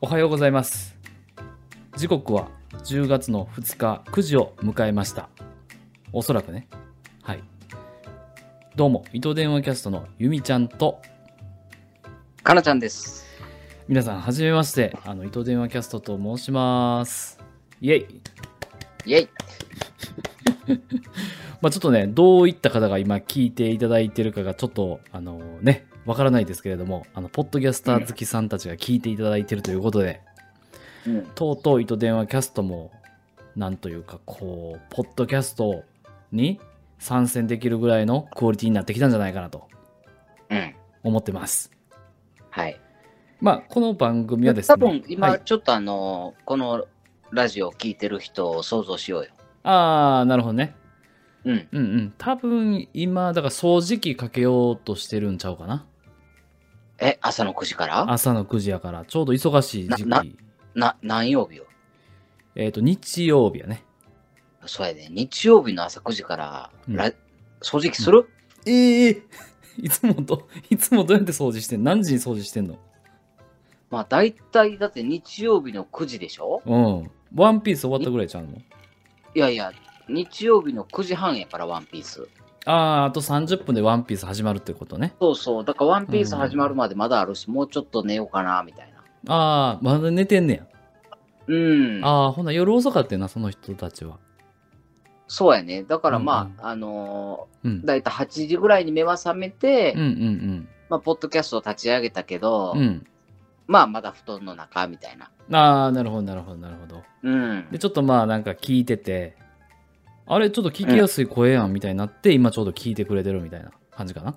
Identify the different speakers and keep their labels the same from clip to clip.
Speaker 1: おはようございます時刻は10月の2日9時を迎えましたおそらくねはいどうも糸電話キャストのゆみちゃんと
Speaker 2: かなちゃんです。
Speaker 1: 皆さんはじめましてあの糸電話キャストと申しますイエイ
Speaker 2: イェイ。
Speaker 1: まあちょっとねどういった方が今聞いていただいてるかがちょっとあのねわからないですけれどもあのポッドキャスター好きさんたちが聞いていただいてるということで、
Speaker 2: うん、
Speaker 1: とうとう糸電話キャストもなんというかこうポッドキャストに参戦できるぐらいのクオリティになってきたんじゃないかなと
Speaker 2: うん、
Speaker 1: 思ってます
Speaker 2: はい。
Speaker 1: まあこの番組はですね
Speaker 2: 多分今、
Speaker 1: はい
Speaker 2: ちょっとあのこのラジオを聞いてる人を想像しようよ。
Speaker 1: ああなるほどね
Speaker 2: うん、
Speaker 1: うんうん多分今だから掃除機かけようとしてるんちゃうかな
Speaker 2: え、朝の9時から
Speaker 1: 朝の9時やからちょうど忙しい時
Speaker 2: なな
Speaker 1: 期
Speaker 2: な何曜日よ
Speaker 1: えっ、と日曜日やね
Speaker 2: そうやで、日曜日の朝9時から、
Speaker 1: うん
Speaker 2: ラ掃除機する、
Speaker 1: ええ いつもと いつもどうやって掃除してん何時に掃除してんの
Speaker 2: まあ大体だって日曜日の9時でしょ
Speaker 1: うんワンピース終わったぐらいちゃうの
Speaker 2: いやいや、日曜日の9時半やから、ワンピース。
Speaker 1: ああ、あと30分でワンピース始まるってことね。
Speaker 2: そうそう、だからワンピース始まるまでまだあるし、もうちょっと寝ようかな、みたいな。
Speaker 1: ああ、まだ寝てんねや。
Speaker 2: うん。
Speaker 1: ああ、ほな夜遅かったよな、その人たちは。
Speaker 2: そうやね。だからまあ、
Speaker 1: う
Speaker 2: あの
Speaker 1: う
Speaker 2: ー
Speaker 1: ん。
Speaker 2: だいたい8時ぐらいに目は覚めて、
Speaker 1: うんうん
Speaker 2: まあ、ポッドキャストを立ち上げたけど、
Speaker 1: うん。う
Speaker 2: まあまだ布団の中みたいな。
Speaker 1: ん。ああ、なるほど、なるほど、なるほど。
Speaker 2: うん
Speaker 1: で、。ちょっとまあなんか聞いてて、あれ、ちょっと聞きやすい声やんみたいになって、今ちょうど聞いてくれてるみたいな感じかな。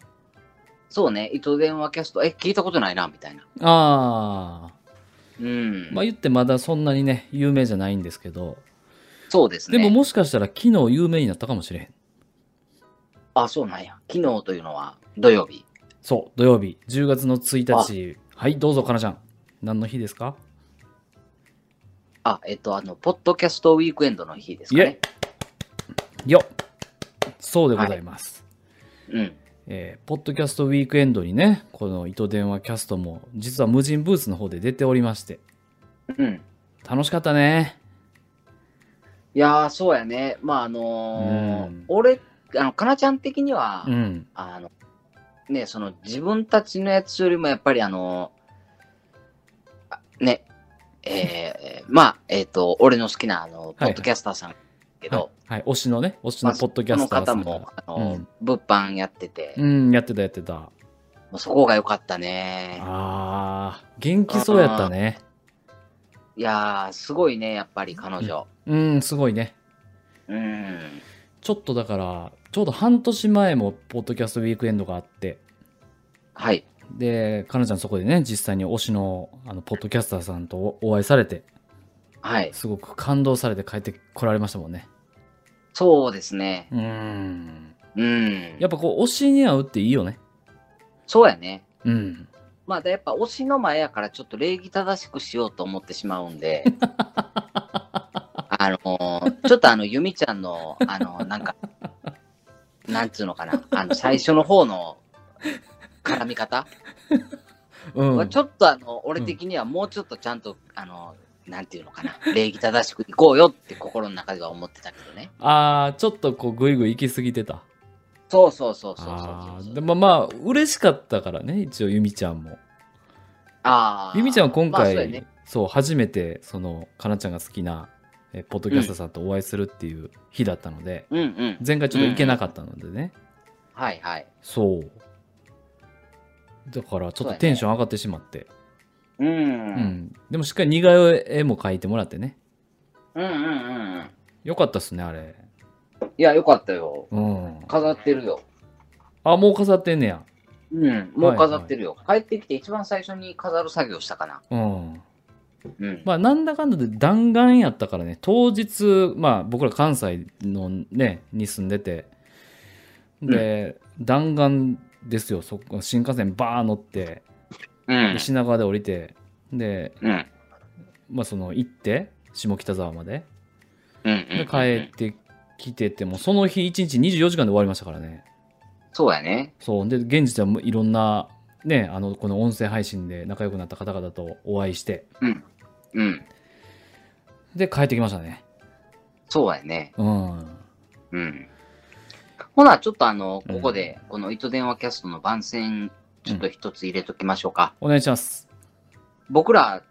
Speaker 2: そうね、糸電話キャスト、え、聞いたことないな、みたいな。
Speaker 1: ああ、
Speaker 2: うん。
Speaker 1: まあ言ってまだそんなにね、有名じゃないんですけど、
Speaker 2: そうです
Speaker 1: で
Speaker 2: ね。
Speaker 1: ももしかしたら昨日有名になったかもしれへん。
Speaker 2: あ、そうなんや。昨日というのは土曜日。
Speaker 1: そう、土曜日、10月の1日。はい、どうぞ、かなちゃん。何の日ですか
Speaker 2: あ、えっと、あの、ポッドキャストウィークエンドの日ですかね。
Speaker 1: よっそうでございます、
Speaker 2: うん。
Speaker 1: えーポッドキャストウィークエンドにねこの糸電話キャストも実は無人ブースの方で出ておりまして
Speaker 2: うん。
Speaker 1: 楽しかったね
Speaker 2: いやー、そうやね。まあ、あのー
Speaker 1: うん
Speaker 2: 俺、あの、かなちゃん的には、
Speaker 1: うん
Speaker 2: あの、ね、その自分たちのやつよりもやっぱりあの、あね、えー、 まあ、えっ、と、俺の好きなあの、ポ
Speaker 1: はい
Speaker 2: ッドキャスターさんけど、
Speaker 1: はい、はい推しのね推し
Speaker 2: ま
Speaker 1: の
Speaker 2: あ
Speaker 1: ポッドキャスターさん
Speaker 2: この方も
Speaker 1: が、
Speaker 2: あの、
Speaker 1: うん
Speaker 2: 物販やってて、
Speaker 1: うんやってたやってた
Speaker 2: もうそこが良かったね。
Speaker 1: あー元気そうやったね
Speaker 2: いやー、すごいね、やっぱり彼女。
Speaker 1: うんすごいね
Speaker 2: うん。
Speaker 1: ちょっとだからちょうど半年前もポッドキャストウィークエンドがあって
Speaker 2: はい。
Speaker 1: でかなちゃんそこでね実際に推しのあのポッドキャスターさんとおお会いされて
Speaker 2: はい。
Speaker 1: すごく感動されて帰ってこられましたもんね。
Speaker 2: そうですね。
Speaker 1: うん。
Speaker 2: うん。
Speaker 1: やっぱこう、推しに合うっていいよね。
Speaker 2: そうやね。
Speaker 1: うん。
Speaker 2: まあ、だやっぱ推しの前やからちょっと礼儀正しくしようと思ってしまうんで、あのーちょっとあの、由美ちゃんの、あのなんか、なんつうのかな、あの、最初の方の絡み方
Speaker 1: う
Speaker 2: は、
Speaker 1: ん
Speaker 2: ち。ょっとあの、俺的にはもうちょっとちゃんと、あのなんていうのかな、礼儀正しくいこうよって心の中では思ってたけどね。
Speaker 1: ああ、ちょっとこう、ぐいぐい行き過ぎてた。
Speaker 2: そうそうそうそうそう
Speaker 1: ああ
Speaker 2: そう
Speaker 1: ー、でもまあ、嬉しかったからね、一応、ゆみちゃんも。
Speaker 2: あー
Speaker 1: ゆみちゃんは今
Speaker 2: まあ
Speaker 1: 回、
Speaker 2: そうや
Speaker 1: そう
Speaker 2: ね
Speaker 1: 初めて、その、かなちゃんが好きな、えポッドキャスターさんとお会いするっていう日だったので、
Speaker 2: うんうん。
Speaker 1: 前回ちょっと行けなかったのでね。
Speaker 2: はいはい。
Speaker 1: そう。だから、ちょっとテンション上がってしまって。
Speaker 2: うん。
Speaker 1: うん。でも、しっかり似顔絵も描いてもらってね。
Speaker 2: うんうんうん。
Speaker 1: よかったっすね、あれ。
Speaker 2: いや、よかったよ。
Speaker 1: うん。
Speaker 2: 飾ってるよ。
Speaker 1: あ、もう飾ってんねや。
Speaker 2: うん、もう飾ってるよ。帰ってきて一番最初に飾る作業したかな。
Speaker 1: うん。
Speaker 2: うん。
Speaker 1: まあ、なんだかんだで弾丸やったからね、当日、まあ、僕ら関西のね、に住んでて、で、弾丸ですよ、そこ新幹線バー乗って、
Speaker 2: うん
Speaker 1: で。品川で降りて、で、
Speaker 2: うん。
Speaker 1: まあ、その、行って、下北沢まで。
Speaker 2: うん。
Speaker 1: で、帰ってきてて、もうその日1日24時間で終わりましたからね。
Speaker 2: そうやね。
Speaker 1: そう。で、現地ではもういろんな、ね、あの、この音声配信で仲良くなった方々とお会いして、
Speaker 2: うん。うん。
Speaker 1: で、帰ってきましたね。
Speaker 2: そうやね。
Speaker 1: うん。
Speaker 2: うん。ほな、ちょっとあの、ここで、この糸電話キャストの番宣、ちょっと一つ入れときましょうか。
Speaker 1: お願いします。
Speaker 2: 僕ら、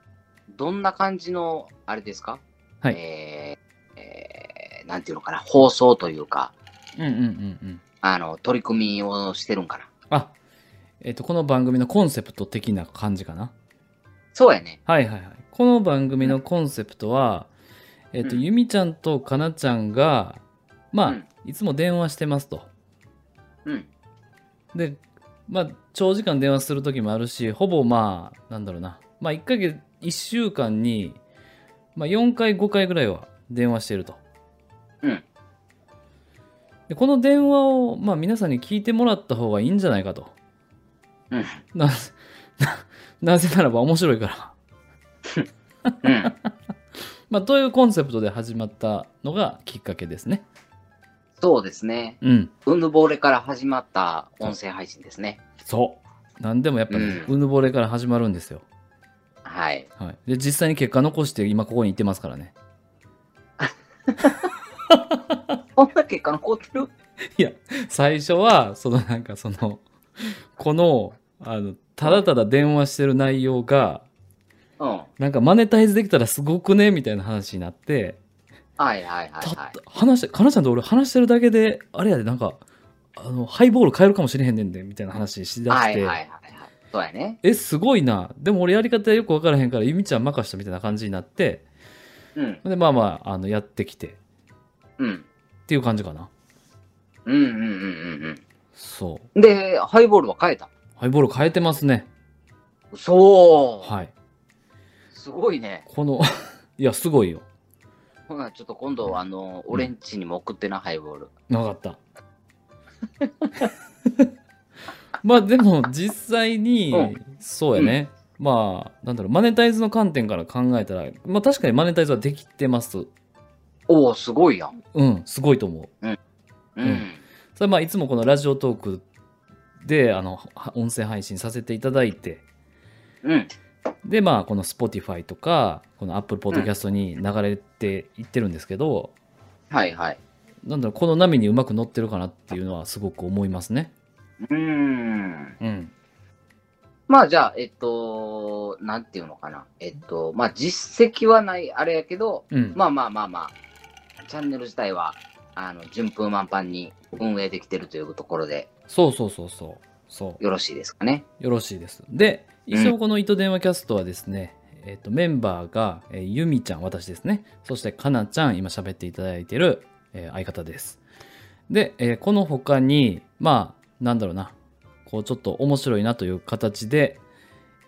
Speaker 2: どんな感じの、あれですか
Speaker 1: はい
Speaker 2: えーえーなんていうのかな、放送というか、
Speaker 1: うんうんうんうん。
Speaker 2: あの、取り組みをしてるんかな。
Speaker 1: あ、えっ、と、この番組のコンセプト的な感じかな。
Speaker 2: そうやね。
Speaker 1: はいはいはい。この番組のコンセプトは、えっ、と、
Speaker 2: うん
Speaker 1: ゆみちゃんとかなちゃんが、まあ、
Speaker 2: うん
Speaker 1: いつも電話してますと。
Speaker 2: うん。
Speaker 1: で、まあ、長時間電話する時もあるし、ほぼまあ、なんだろうな。まあ、1ヶ月、1週間に、まあ、4回、5回ぐらいは電話していると。
Speaker 2: うん。
Speaker 1: で、この電話を、まあ、皆さんに聞いてもらった方がいいんじゃないかと。
Speaker 2: うん
Speaker 1: な、な、なぜならば面白いから。
Speaker 2: うん。
Speaker 1: まあ、というコンセプトで始まったのがきっかけですね。
Speaker 2: そうですね。
Speaker 1: うん。
Speaker 2: うぬぼれから始まった音声配信ですね。
Speaker 1: そう。なんでもやっぱり、ね、
Speaker 2: う
Speaker 1: うぬぼれから始まるんですよ。
Speaker 2: はい。
Speaker 1: はい。で、実際に結果残して、今ここに行ってます からね。
Speaker 2: こんな結果残ってる
Speaker 1: 最初はそのなんかその このあのただただ電話してる内容が
Speaker 2: うん。
Speaker 1: なんかマネタイズできたらすごくねみたいな話になって
Speaker 2: はいはいはい
Speaker 1: たった
Speaker 2: はい。
Speaker 1: 話してかなちゃんと俺話してるだけであれやでなんかあのハイボール買えるかもしれへんねんでみたいな話しだ
Speaker 2: は
Speaker 1: し
Speaker 2: いはいはいは
Speaker 1: て
Speaker 2: い。そうやね。
Speaker 1: えすごいなでも俺やり方よく分からへんからゆみちゃん任したみたいな感じになって
Speaker 2: うん。
Speaker 1: でまあまああのやってきてっ
Speaker 2: うん。
Speaker 1: ていう感じかな
Speaker 2: うんうんうんうん
Speaker 1: そう
Speaker 2: うん。で、ハイボールは変えた。
Speaker 1: ハイボール変えてますね
Speaker 2: そう。
Speaker 1: はい
Speaker 2: すごいね。
Speaker 1: この いやすごいよ
Speaker 2: ほな、ちょっと今度、あの、俺んちにも送ってな、ハイボール。
Speaker 1: なかった まあでも実際に、
Speaker 2: うん
Speaker 1: そうやね、まあなんだろうマネタイズの観点から考えたらまあ確かにマネタイズはできてます
Speaker 2: おお、すごいやん。
Speaker 1: うんすごいと思う
Speaker 2: う。
Speaker 1: うんそれはまあいつもこのラジオトークであのは音声配信させていただいて
Speaker 2: うん。
Speaker 1: でまあこの Spotify とかこの Apple Podcast に流れていってるんですけど、
Speaker 2: はいはい。
Speaker 1: なんだろうこの波にうまく乗ってるかなっていうのはすごく思いますね
Speaker 2: うーん。
Speaker 1: うん
Speaker 2: まあじゃあ、えっと、なんていうのかな。えっと、まあ実績はない、あれやけど、
Speaker 1: うん
Speaker 2: まあまあまあまあ、チャンネル自体は、あの、順風満帆に運営できてるというところで
Speaker 1: そうそうそうそうそう
Speaker 2: よろしいですかね。
Speaker 1: よろしいです。で、
Speaker 2: うん
Speaker 1: 一応この糸電話キャストはですね、えっとメンバーが、えーゆみちゃん、私ですね、そしてかなちゃん、今喋っていただいてる、えー相方です。で、えーこの他に、まあ、なんだろうな、こうちょっと面白いなという形で、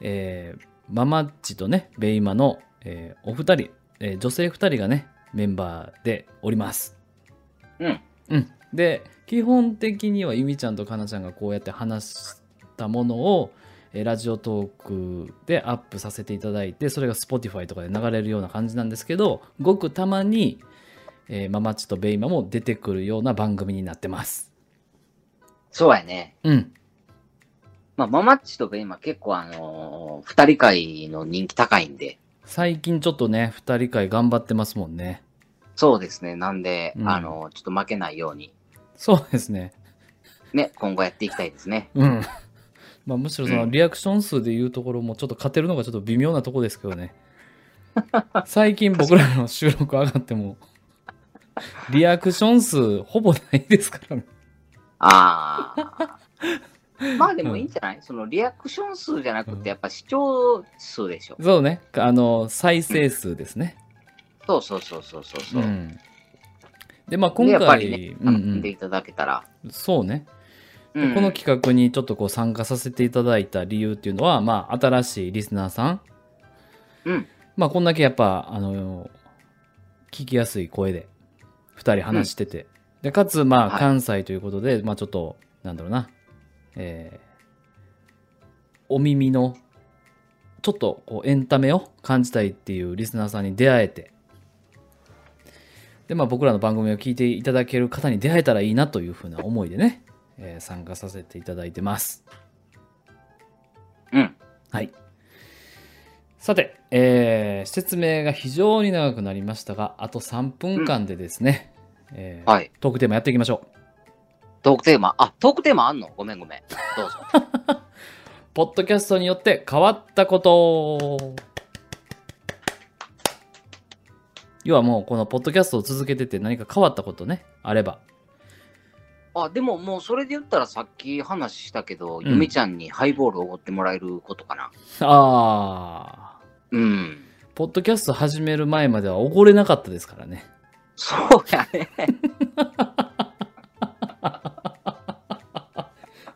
Speaker 1: えーママッチとね、ベイマの、えーお二人、えー女性二人がね、メンバーでおります。
Speaker 2: うん。
Speaker 1: うん、で基本的にはゆみちゃんとかなちゃんがこうやって話したものをえーラジオトークでアップさせていただいてそれが Spotify とかで流れるような感じなんですけどごくたまに、えーママッチとベイマも出てくるような番組になってます。
Speaker 2: そうやね。
Speaker 1: うん、
Speaker 2: まあ、ママッチとベイマ結構あのー二人会の人気高いんで、
Speaker 1: 最近ちょっとね2人会頑張ってますもんね。
Speaker 2: そうですね。なんで、
Speaker 1: うん
Speaker 2: あのーちょっと負けないように、
Speaker 1: そうですね。
Speaker 2: ね、今後やっていきたいです ね。
Speaker 1: うん。まあ、むしろそうの
Speaker 2: ん
Speaker 1: リアクション数でいうところもちょっと勝てるのがちょっと微妙なとこですけどね。最近僕らの収録上がって も、リアクション数ほぼないですからね。
Speaker 2: ああ。まあで
Speaker 1: う
Speaker 2: も
Speaker 1: ん
Speaker 2: いいんじゃない、そのリアクション数じゃなく
Speaker 1: うん
Speaker 2: て、やっぱ視聴数でしょ。
Speaker 1: そうね。あの、再生数ですね。
Speaker 2: そうそうそうそうそう
Speaker 1: う
Speaker 2: そう。
Speaker 1: ん。で、まあ
Speaker 2: で、
Speaker 1: 今
Speaker 2: やっぱ
Speaker 1: 回、
Speaker 2: りね、
Speaker 1: うん
Speaker 2: 楽しんでいただけたら。
Speaker 1: うん、そうね。で
Speaker 2: うん
Speaker 1: この企画にちょっとこう参加させていただいた理由っていうのは、まあ、新しいリスナーさん、
Speaker 2: うん
Speaker 1: まあ、こんだけやっぱあの聞きやすい声で2人話してて、でかつ、ま
Speaker 2: は
Speaker 1: あ、
Speaker 2: い
Speaker 1: 関西ということで、まあ、ちょっとなんだろうな、えーお耳のちょっとこうエンタメを感じたいっていうリスナーさんに出会えてで、まあ、僕らの番組を聞いていただける方に出会えたらいいなというふうな思いでね、えー参加させていただいてます。
Speaker 2: うん。
Speaker 1: はい。さて、えー説明が非常に長くなりましたが、あと3分間でですね、えー
Speaker 2: はい。
Speaker 1: トークテーマやっていきましょう。
Speaker 2: トークテーマ、あ、トークテーマあんのごめんごめん。どうぞ。
Speaker 1: ポッドキャストによって変わったこと。要はもうこのポッドキャストを続けてて何か変わったことね、あれば。
Speaker 2: あ、でももうそれで言ったらさっき話したけど、
Speaker 1: ん
Speaker 2: ゆみちゃんにハイボールおごってもらえることかな。
Speaker 1: あー、
Speaker 2: うん。
Speaker 1: ポッドキャスト始める前まではおごれなかったですからね。
Speaker 2: そうやね。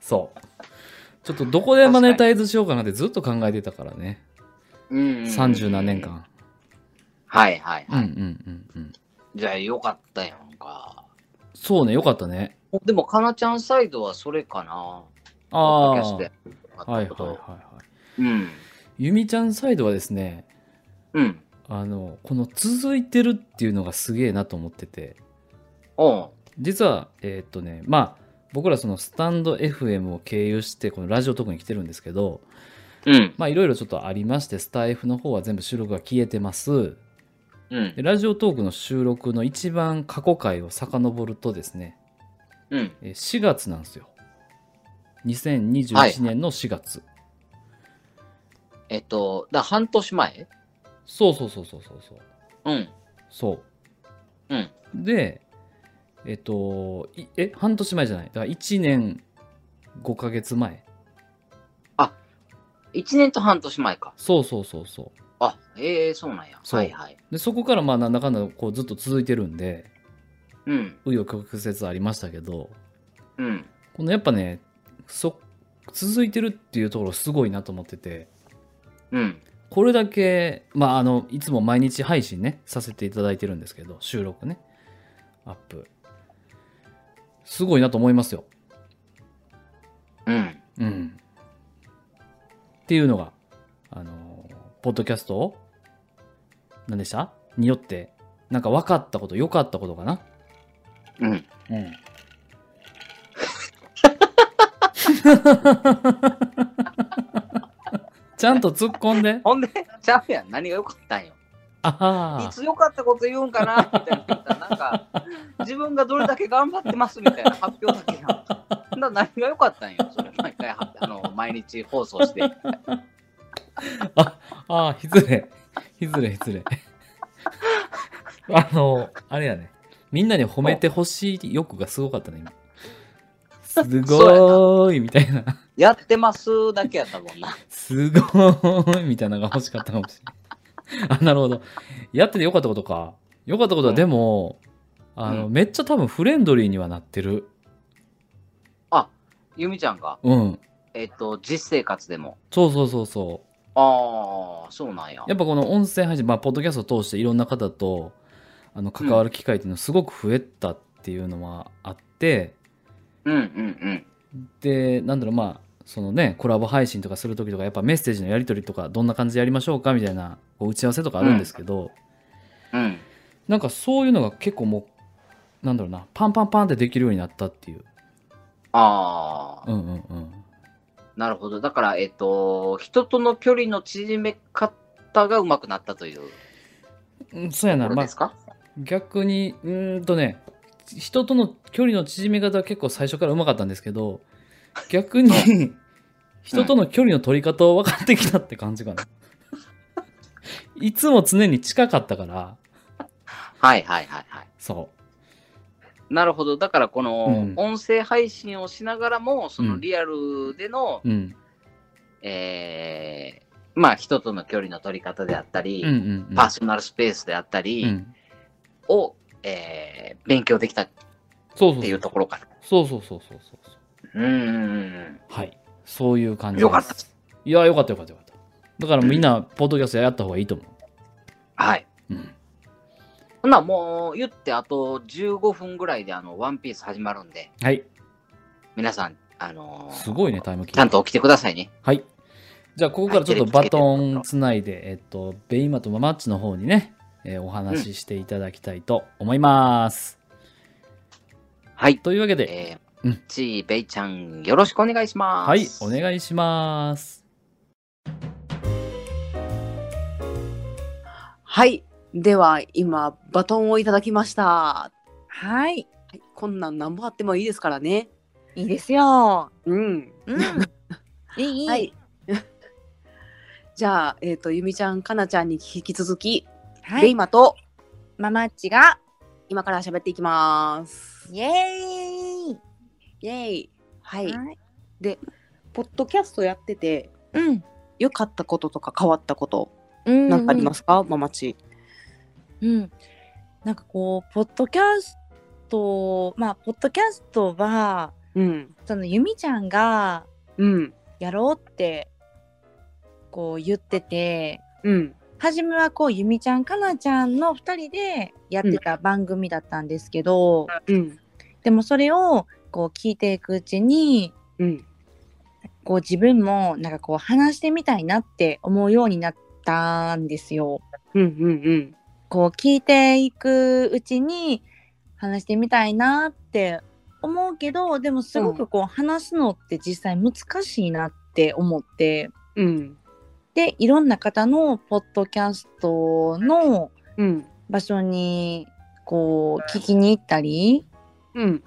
Speaker 1: そう。ちょっとどこでマネタイズしようかなってずっと考えてたからね。
Speaker 2: うん。
Speaker 1: 30何年。間。
Speaker 2: はいはい。
Speaker 1: うんうんうんうん。
Speaker 2: じゃあよかったやんか。
Speaker 1: そうね、よかったね。
Speaker 2: でも、かなちゃんサイドはそれかな。
Speaker 1: ああ
Speaker 2: ポッドキャスト
Speaker 1: ー
Speaker 2: や。ってよかった
Speaker 1: はいはい
Speaker 2: こと
Speaker 1: はいはい。
Speaker 2: うん。
Speaker 1: ゆみちゃんサイドはですね、
Speaker 2: うん。
Speaker 1: あの、この続いてるっていうのがすげえなと思ってて、
Speaker 2: おう。
Speaker 1: 実は、えーっとね、まあ、僕らそのスタンド FM を経由して、このラジオ特に来てるんですけど、
Speaker 2: うん。
Speaker 1: まあいろいろちょっとありまして、スタイフの方は全部収録が消えてます。
Speaker 2: うん。
Speaker 1: でラジオトークの収録の一番過去回を遡るとですね、
Speaker 2: うん。
Speaker 1: えー4月なんですよ。
Speaker 2: はい
Speaker 1: 2021年の4月。
Speaker 2: えっと、だ半年前
Speaker 1: そうそうそうそうそうそう。
Speaker 2: うん。。
Speaker 1: そううんで、えっと、いえ、半年前じゃない。だから1年5ヶ月前。
Speaker 2: 1年と半年前か。
Speaker 1: そうそうそうそう。
Speaker 2: あ、ええそうなんや。
Speaker 1: そう
Speaker 2: はいはい。
Speaker 1: で、そこからまあなんだかんだこうずっと続いてるんで、
Speaker 2: うん。
Speaker 1: 紆余曲折ありましたけど、
Speaker 2: うん。
Speaker 1: このやっぱね、そ、続いてるっていうところすごいなと思ってて、
Speaker 2: うん。
Speaker 1: これだけ、まあ、あの、いつも毎日配信ね、させていただいてるんですけど、収録ね、アップ。すごいなと思いますよ。
Speaker 2: うん。
Speaker 1: うん。っていうのが、あの、ポッドキャストを、何でしたによって、なんか分かったこと、良かったことかな。
Speaker 2: うん。
Speaker 1: うん。ちゃんと突っ込んで。
Speaker 2: ほんで、ちゃうやん。何が良かったんよ。
Speaker 1: あはー
Speaker 2: いつ良かったこと言うんかなみたいな言ったら。なんか、自分がどれだけ頑張ってますみたいな発表だけやん。ほんなら何が良かったんよ。それ毎回は、あの、毎日放送して。
Speaker 1: ああ、失礼。失礼、失礼。あの、あれやね。みんなに褒めてほしい欲がすごかったね、今。すごーいみたいな。
Speaker 2: やってますだけやったもんな。
Speaker 1: すごーいみたいなのが欲しかったかもしれない。 あ、なるほど。やっててよかったことか。よかったことは、
Speaker 2: うん
Speaker 1: でも、あの、
Speaker 2: う
Speaker 1: めっちゃ多分フレンドリーにはなってる。
Speaker 2: あ、ゆみちゃんが、
Speaker 1: うん。
Speaker 2: えっと、実生活でも。
Speaker 1: そうそうそうそう。
Speaker 2: ああ、そうなんや。
Speaker 1: やっぱこの音声配信、まあ、ポッドキャストを通していろんな方とあの関わる機会っていうのはすごく増えたっていうのはあって、
Speaker 2: うんうん
Speaker 1: で、なんだろう、まあ、そのね、コラボ配信とかするときとか、やっぱメッセージのやり取りとか、どんな感じでやりましょうかみたいなこう打ち合わせとかあるんですけど、
Speaker 2: うん。うん。
Speaker 1: なんかそういうのが結構もう、なんだろうな、パンパンパンってできるようになったっていう。
Speaker 2: ああ、
Speaker 1: うんうんうん。
Speaker 2: なるほど。だから、えっと、人との距離の縮め方がうまくなったという
Speaker 1: うんそうや
Speaker 2: と
Speaker 1: な、
Speaker 2: ころ
Speaker 1: まあ
Speaker 2: です、か、
Speaker 1: 逆に、うーんとね、人との距離の縮め方は結構最初からうまかったんですけど、逆に、人との距離の取り方を分かってきたって感じかな。いつも常に近かったから、
Speaker 2: はいはいはいはい。
Speaker 1: そ
Speaker 2: なるほど。だから、こ
Speaker 1: う
Speaker 2: の
Speaker 1: ん
Speaker 2: 音声配信をしながらも、そうの
Speaker 1: ん
Speaker 2: リアルでの、
Speaker 1: う。うん。
Speaker 2: えーまあ、人との距離の取り方であったり、
Speaker 1: うんうん、うん。
Speaker 2: パーソナルスペースであった
Speaker 1: う
Speaker 2: り
Speaker 1: ん。
Speaker 2: を、えー勉強できたっ
Speaker 1: そうそう
Speaker 2: てい
Speaker 1: そう
Speaker 2: うところかな。
Speaker 1: そうそうそうそうそう。
Speaker 2: うんうん
Speaker 1: はい。そういう感じです。
Speaker 2: よかったです。
Speaker 1: いや、よかったよかったよかった。だからみんな、ポッドキャストやった方がいいと思
Speaker 2: はい。
Speaker 1: う。うん。
Speaker 2: ほんならもう言ってあと15分ぐらいであのワンピース始まるんで、
Speaker 1: はい。
Speaker 2: 皆さん、あのー
Speaker 1: すごいね、タイムキー
Speaker 2: ちゃんと起きてくださいね。
Speaker 1: はい。じゃあ、ここからちょっとバトンつないで、えっと、ベイマとママッチの方にね、えーお話ししていただきたいと思います。
Speaker 2: はい。
Speaker 1: というわけで、
Speaker 2: え
Speaker 1: う
Speaker 2: ー
Speaker 1: ん、
Speaker 2: ちーべいちゃん、よろしくお願いします。
Speaker 1: はい、お願いします。
Speaker 3: はい。では、今、バトンをいただきました。は
Speaker 4: はい。
Speaker 3: いこんなん何もあってもいいですからね。
Speaker 4: いいですよ。
Speaker 3: うん。
Speaker 4: うん。いい、いい。
Speaker 3: は
Speaker 4: はいい。。
Speaker 3: じゃあ、えっ、と、ゆみちゃん、かなちゃんに引き続き、レイマと、
Speaker 4: ママッチが、
Speaker 3: 今から喋っていきます。
Speaker 4: イエーイ。
Speaker 3: イェイ。はい。
Speaker 4: はい。
Speaker 3: ポッドキャストやってて、
Speaker 4: うん。
Speaker 3: 良かったこととか変わったこと、
Speaker 4: うん。。
Speaker 3: なんかありますすか、ママチ。
Speaker 4: うん。なんかこう、ポッドキャスト、まあ、ポッドキャストは、
Speaker 3: うん。
Speaker 4: その、ゆみちゃんが、
Speaker 3: うん。
Speaker 4: やろうって、こう言ってて、
Speaker 3: うん。
Speaker 4: 初めはこう、ゆみちゃん、かなちゃんの二人でやってた番組だったんですけど、
Speaker 3: うん。
Speaker 4: でもそれを、こう、聞いていくうちに、
Speaker 3: うん。
Speaker 4: こう自分もなんかこう話してみたいなって思うようになったんですよ。
Speaker 3: うん。うん。
Speaker 4: こう聞いていくうちに話してみたいなって思うけどでもすごくこう話すのって実際難しいなって思って
Speaker 3: うん。
Speaker 4: でいろんな方のポッドキャストの
Speaker 3: うん。
Speaker 4: 場所にこう聞きに行ったり
Speaker 3: うん。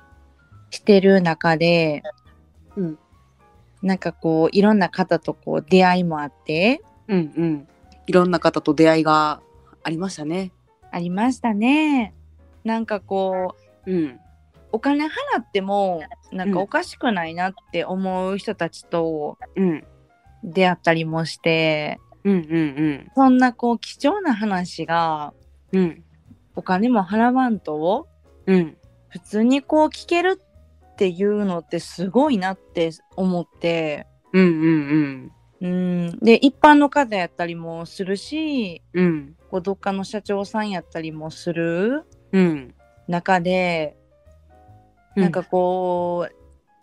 Speaker 4: してる中で、
Speaker 3: うん
Speaker 4: なんかこういろんな方とこう出会いもあって
Speaker 3: うん。うん。いろんな方と出会いがありましたね。
Speaker 4: ありましたね。なんかこう
Speaker 3: うん。
Speaker 4: お金払ってもなん
Speaker 3: うん
Speaker 4: かおかしくないなって思う人たちと
Speaker 3: うん。
Speaker 4: 出会ったりもして、
Speaker 3: うん。うん。
Speaker 4: そんなこう貴重な話が
Speaker 3: うん。うん。
Speaker 4: お金も払わんと
Speaker 3: うん。
Speaker 4: 普通にこう聞けるっていうのってすごいなって思って
Speaker 3: うん。うん。
Speaker 4: うんで一般の方やったりもするし
Speaker 3: うん。
Speaker 4: こうどっかの社長さんやったりもする
Speaker 3: うん。
Speaker 4: 中でなんか。こう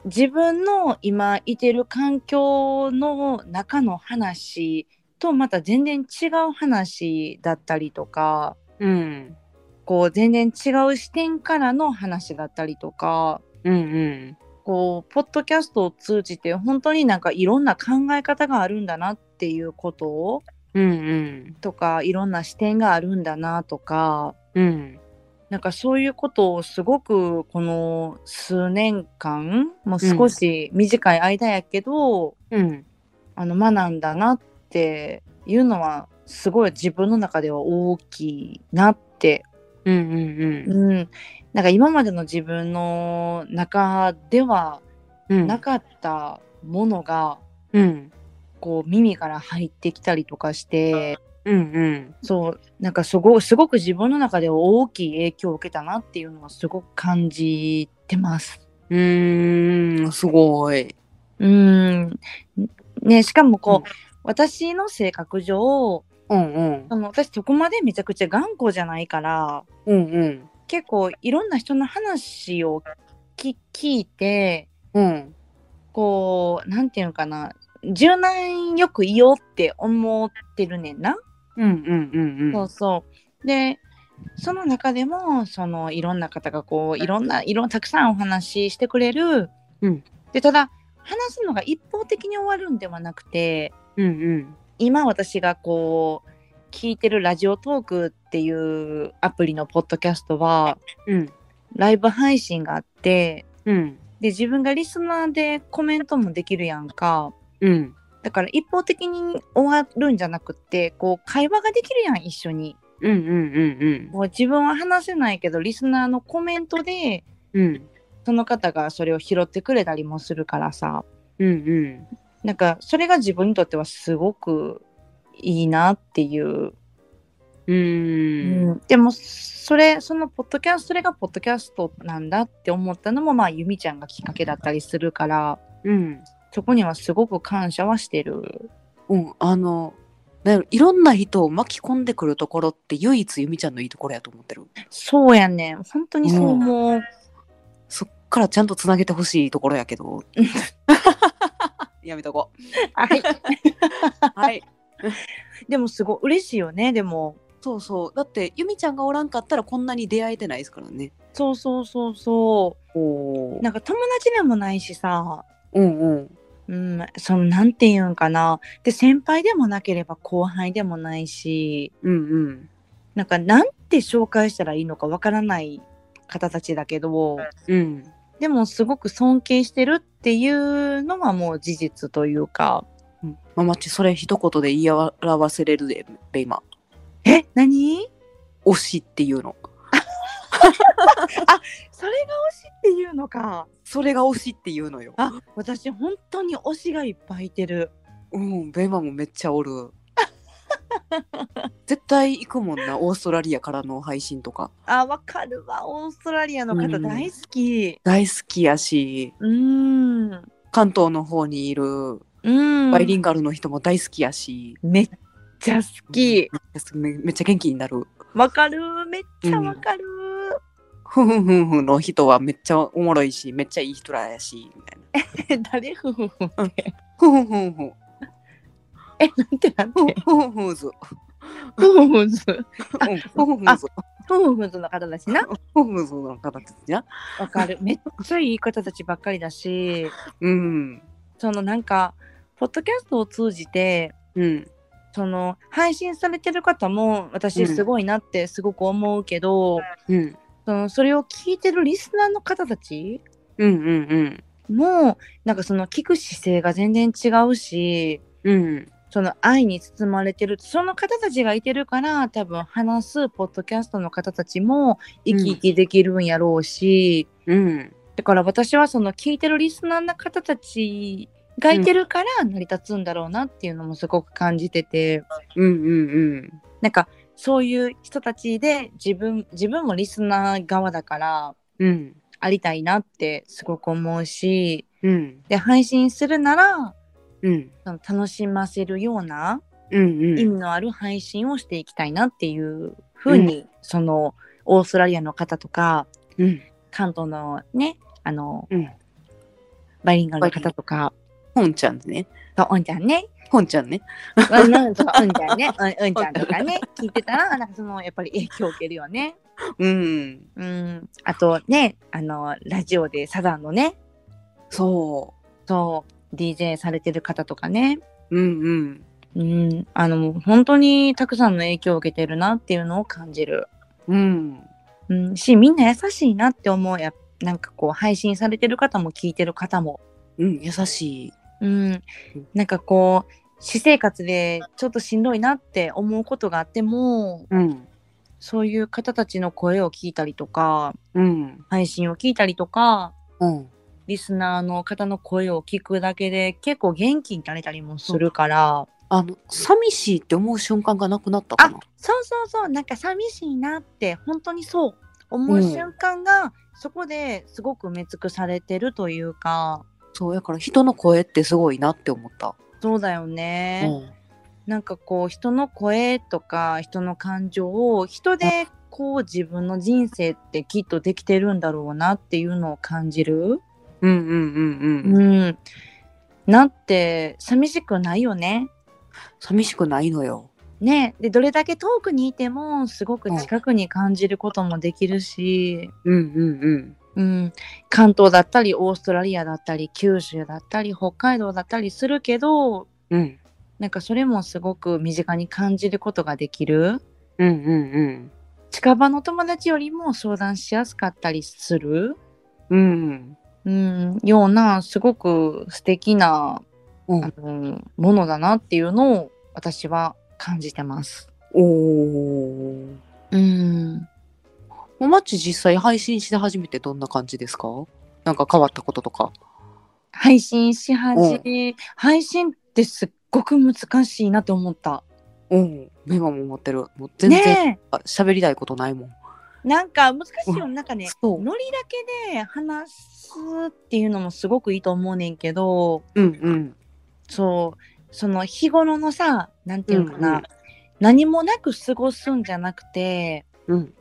Speaker 4: 自分の今いてる環境の中の話とまた全然違う話だったりとか
Speaker 3: うん。
Speaker 4: こう全然違う視点からの話だったりとか
Speaker 3: うん。うん。
Speaker 4: こうポッドキャストを通じて本当になんかいろんな考え方があるんだなっていうことを
Speaker 3: うん。
Speaker 4: とかいろんな視点があるんだなとか
Speaker 3: うん。
Speaker 4: なんかそういうことをすごくこの数年間もう少し短い間やけど、
Speaker 3: うん。
Speaker 4: あの学んだなっていうのはすごい自分の中では大きいなって、
Speaker 3: うん。うん。
Speaker 4: うん、なんか今までの自分の中では
Speaker 3: うん。
Speaker 4: なかったものが、
Speaker 3: うん。
Speaker 4: こう耳から入ってきたりとかして
Speaker 3: うん。うん。
Speaker 4: そうなんかすごすごく自分の中では大きい影響を受けたなっていうのはすごく感じてます。
Speaker 3: うーん、すごい。
Speaker 4: うんね、しかもこう、私の性格上
Speaker 3: うんうん。
Speaker 4: あの私そこまでめちゃくちゃ頑固じゃないから
Speaker 3: うんうん。
Speaker 4: 結構いろんな人の話をき聞いて
Speaker 3: うん。
Speaker 4: こうなんていうのかな柔軟よくいようって思ってるねんな。
Speaker 3: うんうんうん
Speaker 4: そうそうでその中でもそのいろんな方がこういろんないろんたくさんお話ししてくれる。
Speaker 3: うん
Speaker 4: でただ話すのが一方的に終わるんではなくて
Speaker 3: うん。うん
Speaker 4: 今私がこう聞いてるラジオトークっていうアプリのポッドキャストは
Speaker 3: うん。うん
Speaker 4: ライブ配信があって
Speaker 3: うん。
Speaker 4: で自分がリスナーでコメントもできるやんか
Speaker 3: うん。
Speaker 4: だから一方的に終わるんじゃなくてこう会話ができるやん一緒に
Speaker 3: うんうんうん
Speaker 4: もう自分は話せないけどリスナーのコメントで
Speaker 3: うん。うん
Speaker 4: その方がそれを拾ってくれたりもするからさ
Speaker 3: うんうん。
Speaker 4: なんかそれが自分にとってはすごくいいなっていう
Speaker 3: うーん。
Speaker 4: でもそれそのポッドキャストそれがポッドキャストなんだって思ったのもまあ由美ちゃんがきっかけだったりするから
Speaker 3: うん。
Speaker 4: そこにはすごく感謝はしてる。
Speaker 3: うん。あの、なんやろいろんな人を巻き込んでくるところって唯一ゆみちゃんのいいところやと思ってる。
Speaker 4: そうやねん本当にそう思う。
Speaker 3: そっからちゃんとつなげてほしいところやけど。 やめとこ う。
Speaker 4: はい、
Speaker 3: はい。
Speaker 4: でもすごい嬉しいよねでも
Speaker 3: そうそう。だってゆみちゃんがおらんかったらこんなに出会えてないですからね。
Speaker 4: そうそうそうそ
Speaker 3: おお
Speaker 4: うなんか友達でもないしさ、
Speaker 3: うんうん。
Speaker 4: うん、そのなんていうんかなで先輩でもなければ後輩でもないし
Speaker 3: うんうん。
Speaker 4: なんかなんて紹介したらいいのかわからない方たちだけど、
Speaker 2: うん。
Speaker 4: でもすごく尊敬してるっていうのはもう事実というか、
Speaker 3: うんママッチそれ一言で言い表せれるでべ今
Speaker 4: え何
Speaker 3: 推しっていうの
Speaker 4: それが推しっていうのか。
Speaker 3: それが推しっていうのよ
Speaker 4: あ、私本当に推しがいっぱいいてる。
Speaker 3: うんベマもめっちゃおる絶対行くもんなオーストラリアからの配信とか
Speaker 4: あ、わかるわ。オーストラリアの
Speaker 3: う
Speaker 4: 方
Speaker 3: ん
Speaker 4: 大好き。
Speaker 3: 大好きやし
Speaker 4: うん。うん。
Speaker 3: 関東の方にいるバイリンガルの人も大好きやし、
Speaker 4: めっちゃ好き。
Speaker 3: めめっちゃ元気になる
Speaker 4: わかる。めっちゃわかる。
Speaker 3: ふんふんふんふんの人はめっちゃおもろいしめっちゃいい人らやしみたいな
Speaker 4: 誰ふふふ。
Speaker 3: ふんふんふん
Speaker 4: え、なんてなんて
Speaker 3: ふん。ふんふんふんず
Speaker 4: ふふふず。
Speaker 3: うんふんふんふん
Speaker 4: あ
Speaker 3: ず
Speaker 4: ふふふずの方だしな。
Speaker 3: ふんふんふんの方ですね
Speaker 4: わかる。めっちゃいい方たちばっかりだし、
Speaker 3: うん
Speaker 4: そのなんか、ポッドキャストを通じて、
Speaker 3: うん
Speaker 4: その配信されてる方も私すごいなってすごく思うけど、
Speaker 3: うん
Speaker 4: そのそれを聞いてるリスナーの方たち
Speaker 3: うんうん
Speaker 4: もなんかその聞く姿勢が全然違うし
Speaker 3: うんうん
Speaker 4: その愛に包まれてるその方たちがいてるから多分話すポッドキャストの方たちも生き生きできるんやろうし、
Speaker 3: うん
Speaker 4: だから私はその聞いてるリスナーの方たちがいてるから成り立つんだろうなっていうのもすごく感じてて。
Speaker 3: うんうん
Speaker 4: なんかそういう人たちで自分自分もリスナー側だから
Speaker 3: うん
Speaker 4: ありたいなってすごく思うし
Speaker 3: うん
Speaker 4: で配信するなら
Speaker 3: うん
Speaker 4: その楽しませるような
Speaker 3: うん
Speaker 4: 意味のある配信をしていきたいなっていうふうに、そのオーストラリアの方とか
Speaker 3: うん
Speaker 4: 関東のねあの、
Speaker 3: うん
Speaker 4: バイリンガルの方とか。
Speaker 3: 本ちゃんね
Speaker 4: とうんちゃんね、
Speaker 3: 本ちゃんね
Speaker 4: うんうんとうんちゃんね、うんうんちゃんとかね、聞いてたら、なんかそのやっぱり影響を受けるよね。
Speaker 3: うん
Speaker 4: うん、あとねあのラジオでサザンのね
Speaker 3: そ
Speaker 4: そう DJ されてる方とかね、
Speaker 3: ううんうん
Speaker 4: うん、あの本当にたくさんの影響を受けてるなっていうのを感じる、
Speaker 3: うん
Speaker 4: うん、しみんな優しいなって思うやなんかこう配信されてる方も聞いてる方も、
Speaker 3: うん優しい
Speaker 4: うん、なんかこう私生活でちょっとしんどいなって思うことがあっても
Speaker 3: うん
Speaker 4: そういう方たちの声を聞いたりとか
Speaker 3: うん
Speaker 4: 配信を聞いたりとか
Speaker 3: うん
Speaker 4: リスナーの方の声を聞くだけで結構元気になれたりもするから、
Speaker 3: あの寂しいって思う瞬間がなくなったかな
Speaker 4: そうそうそうなんか寂しいなって本当にそう思ううん瞬間が、そこですごく埋め尽くされてるというか
Speaker 3: そうやから人の声ってすごいなって思った、
Speaker 4: そうだよ
Speaker 3: う
Speaker 4: ね、
Speaker 3: ん
Speaker 4: なんかこう人の声とか人の感情を人でこう自分の人生ってきっとできてるんだろうなっていうのを感じる、
Speaker 3: うんうんうんうん
Speaker 4: うん、なって寂しくないよね
Speaker 3: 寂しくないのよ
Speaker 4: ねでどれだけ遠くにいてもすごく近くに感じることもできるし、
Speaker 3: うんうんうん
Speaker 4: うん、関東だったりオーストラリアだったり九州だったり北海道だったりするけど
Speaker 3: うん
Speaker 4: なんかそれもすごく身近に感じることができる
Speaker 3: うんうん
Speaker 4: 近場の友達よりも相談しやすかったりする、
Speaker 3: うんうん
Speaker 4: うん、ようなすごく素敵な、
Speaker 3: う
Speaker 4: あ
Speaker 3: ん
Speaker 4: のものだなっていうのを私は感じてます。
Speaker 3: おー
Speaker 4: うん
Speaker 3: ママッチ実際配信して初めてどんな感じですかなんか変わったこととか
Speaker 4: 配信し始め、配信ってすっごく難しいなと思った。
Speaker 3: うんメガも持ってるもう全然
Speaker 4: ね
Speaker 3: あ喋、りたいことないもん
Speaker 4: えなんか難しいよ、なんかね
Speaker 3: そう
Speaker 4: ノリだけで話すっていうのもすごくいいと思うねんけど
Speaker 3: うんうん
Speaker 4: そうその日頃のさなんていうのかな、
Speaker 3: うんうん
Speaker 4: 何もなく過ごすんじゃなくて
Speaker 3: うん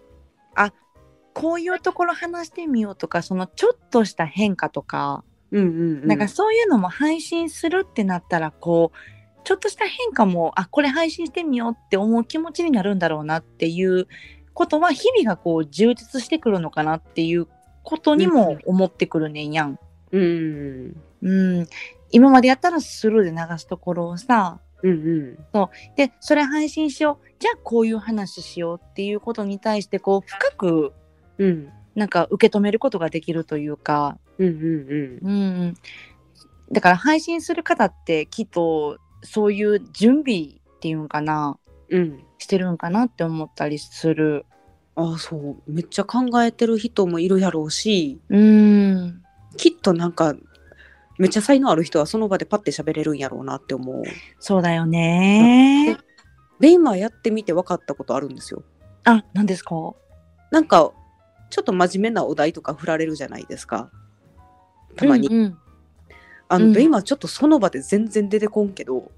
Speaker 4: こういうところ話してみようとかそのちょっとした変化とか、
Speaker 3: うんうんうん
Speaker 4: なんかそういうのも配信するってなったらこうちょっとした変化もあこれ配信してみようって思う気持ちになるんだろうなっていうことは日々がこう充実してくるのかなっていうことにも思ってくるねんやん。
Speaker 3: うん
Speaker 4: うん、今までやったらスルーで流すところをさ
Speaker 3: うんうん。
Speaker 4: でそれ配信しようじゃあこういう話しようっていうことに対してこう深く
Speaker 3: うん。
Speaker 4: なんか受け止めることができるというか、
Speaker 3: うんうん
Speaker 4: うん、だから配信する方ってきっとそういう準備っていうんかな
Speaker 3: うん。うん。
Speaker 4: してるんかなって思ったりする。
Speaker 3: ああ、そう。めっちゃ考えてる人もいるやろうし、
Speaker 4: うん
Speaker 3: きっとなんか、めっちゃ才能ある人はその場でパッて喋れるんやろうなって思う。
Speaker 4: そうだよね。
Speaker 3: で、今やってみて分かったことあるんですよ。
Speaker 4: あ、何ですか。
Speaker 3: なんか、ちょっと真面目なお題とか振られるじゃないですか。たまに。
Speaker 4: うんうん
Speaker 3: あの、で
Speaker 4: うん
Speaker 3: 今ちょっとその場で全然出てこんけど、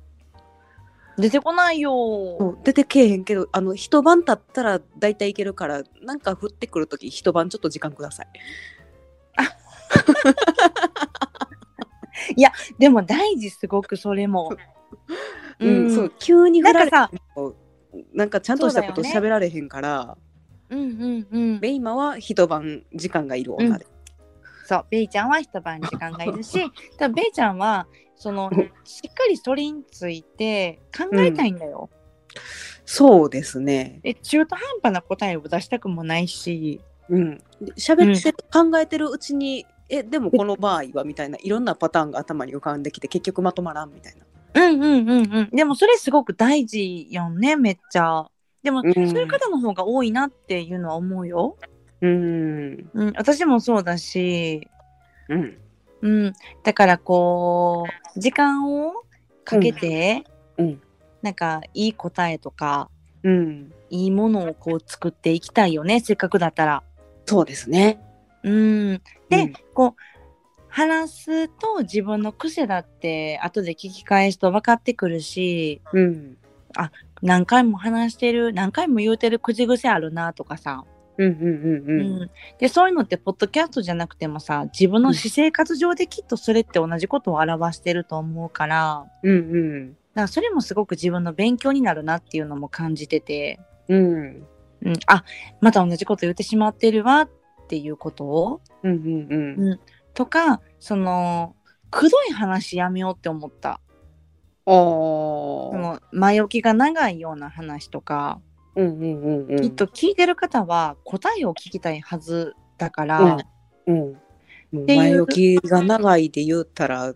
Speaker 4: 出てこないよ。
Speaker 3: そう出てけえへんけどあの一晩経ったら大体いけるからなんか降ってくる時一晩ちょっと時間ください
Speaker 4: でも大事すごくそれも。
Speaker 3: うん、そう急に
Speaker 4: な
Speaker 3: 振
Speaker 4: ん
Speaker 3: ら
Speaker 4: か
Speaker 3: れて
Speaker 4: さ、
Speaker 3: もなんかちゃんとしたこと
Speaker 4: そうだよ
Speaker 3: 喋られへんから、
Speaker 4: うんうんうん。
Speaker 3: ベイマは一晩時間がいる女で、
Speaker 4: そう、ベイちゃんは一晩時間がいる し、ただベイちゃんはその
Speaker 3: うん
Speaker 4: しっかりそれについて考えたいんだよ。
Speaker 3: そうですね
Speaker 4: え、中途半端な答えを出したくもないし。
Speaker 3: うんで喋って、考えてるうちにえでもこの場合はみたいないろんなパターンが頭に浮かんできて結局まとまらんみたいな
Speaker 4: うんうんうんうん。でもそれすごく大事よね、めっちゃ。でも、
Speaker 3: うん
Speaker 4: そういう方の方が多いなっていうのは思うよ。
Speaker 3: うん
Speaker 4: うん、私もそうだし。
Speaker 3: うん
Speaker 4: うん、だからこう時間をかけて、
Speaker 3: うんうん
Speaker 4: なんかいい答えとか
Speaker 3: うん
Speaker 4: いいものをこう作っていきたいよねせっかくだったら。
Speaker 3: そうですね
Speaker 4: うん、で、
Speaker 3: うん
Speaker 4: こう話すと自分の癖だって後で聞き返すと分かってくるし
Speaker 3: うん
Speaker 4: 何回も話してる何回も言うてる口癖あるなとかさ、
Speaker 3: うんうんうんうん
Speaker 4: うんでそういうのってポッドキャストじゃなくてもさ自分の私生活上できっとそれって同じことを表してると思うから。
Speaker 3: うんうん
Speaker 4: だからそれもすごく自分の勉強になるなっていうのも感じてて、
Speaker 3: うん
Speaker 4: うん、あまた同じこと言ってしまってるわっていうことを
Speaker 3: うんうんうん。
Speaker 4: とかそのくどい話やめようって思ったそ
Speaker 3: ああ。
Speaker 4: の前置きが長いような話とか、
Speaker 3: うんうんうんうん。
Speaker 4: きっと聞いてる方は答えを聞きたいはずだから、
Speaker 3: うんうん。もう前置きが長いで言ったら、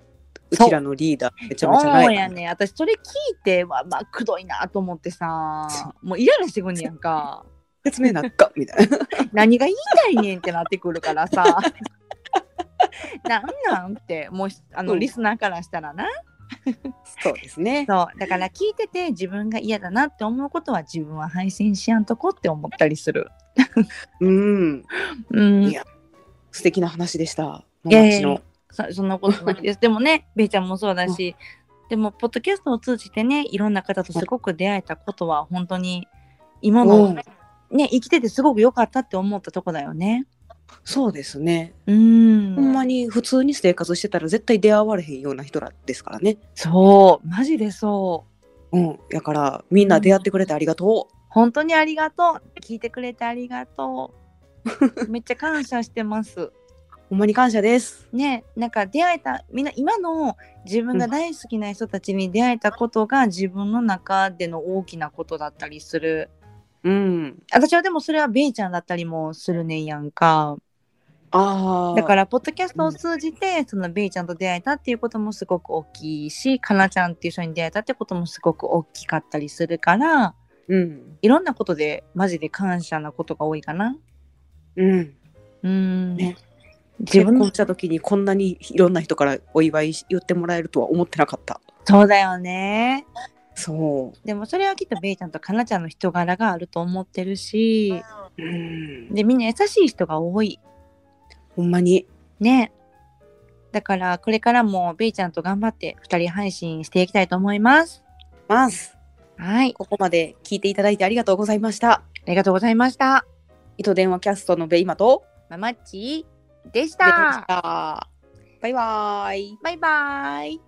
Speaker 3: うちらのリーダーめちゃめちゃ
Speaker 4: そう
Speaker 3: な
Speaker 4: や
Speaker 3: い。
Speaker 4: ねん私それ聞いてはまあくどいなと思ってさもうイライラしてくんねやんか
Speaker 3: 説明なんかみた いな。
Speaker 4: 何が言いたいねんってなってくるから さなんなんってもうあの、
Speaker 3: うん
Speaker 4: リスナーからしたらな
Speaker 3: そうですね。
Speaker 4: そうだから聞いてて自分が嫌だなって思うことは自分は配信しやんとこって思ったりする。
Speaker 3: うん。
Speaker 4: うん
Speaker 3: いや素敵な話でした。
Speaker 4: いやいや
Speaker 3: ママッチの。
Speaker 4: そそんなことないです。でもね、べーちゃんもそうだし、でも、ポッドキャストを通じてね、いろんな方とすごく出会えたことは、本当に今
Speaker 3: う
Speaker 4: の、
Speaker 3: ん
Speaker 4: ね、生きててすごく良かったって思ったとこだよね。
Speaker 3: そうですね。
Speaker 4: うん。
Speaker 3: ほんまに普通に生活してたら絶対出会われへんような人らですからね。
Speaker 4: そう、マジでそう。
Speaker 3: うん。だから、みんな出会ってくれてありがと
Speaker 4: 本当にありがとう。聞いてくれてありがと う。めっちゃ感謝してます。
Speaker 3: う。ほんまに感謝です。
Speaker 4: ねなんか出会えたみんな今の自分が大好きな人たちに出会えたことが自分の中での大きなことだったりする
Speaker 3: うん。
Speaker 4: 私はでもそれはベイちゃんだったりもするねんやんか
Speaker 3: ああ。、
Speaker 4: だかららポッドキャストを通じてそのベイちゃんと出会えたっていうこともすごく大きいしかなちゃんっていう人に出会えたってこともすごく大きかったりするから
Speaker 3: うん。
Speaker 4: いろんなことでマジで感謝なことが多いかな
Speaker 3: うん。
Speaker 4: うーん、
Speaker 3: ね
Speaker 4: 自分
Speaker 3: 結
Speaker 4: の
Speaker 3: 婚した時にこんなにいろんな人からお祝いし言ってもらえるとは思ってなかった
Speaker 4: そうだよね
Speaker 3: そ
Speaker 4: でもそれはきっとベイちゃんとかなちゃんの人柄があると思ってるし
Speaker 3: う、うん、
Speaker 4: でみんな優しい人が多い
Speaker 3: ほんまに
Speaker 4: ねだからこれからもベイちゃんと頑張って2人配信していきたいと思います
Speaker 3: ます
Speaker 4: はい
Speaker 3: ここまで聞いていただいてありがとうございました
Speaker 4: ありがとうございました
Speaker 3: 糸電話キャストのベイマと
Speaker 4: ママッチでし
Speaker 3: で
Speaker 4: た
Speaker 3: したバイバイ
Speaker 4: バイバイ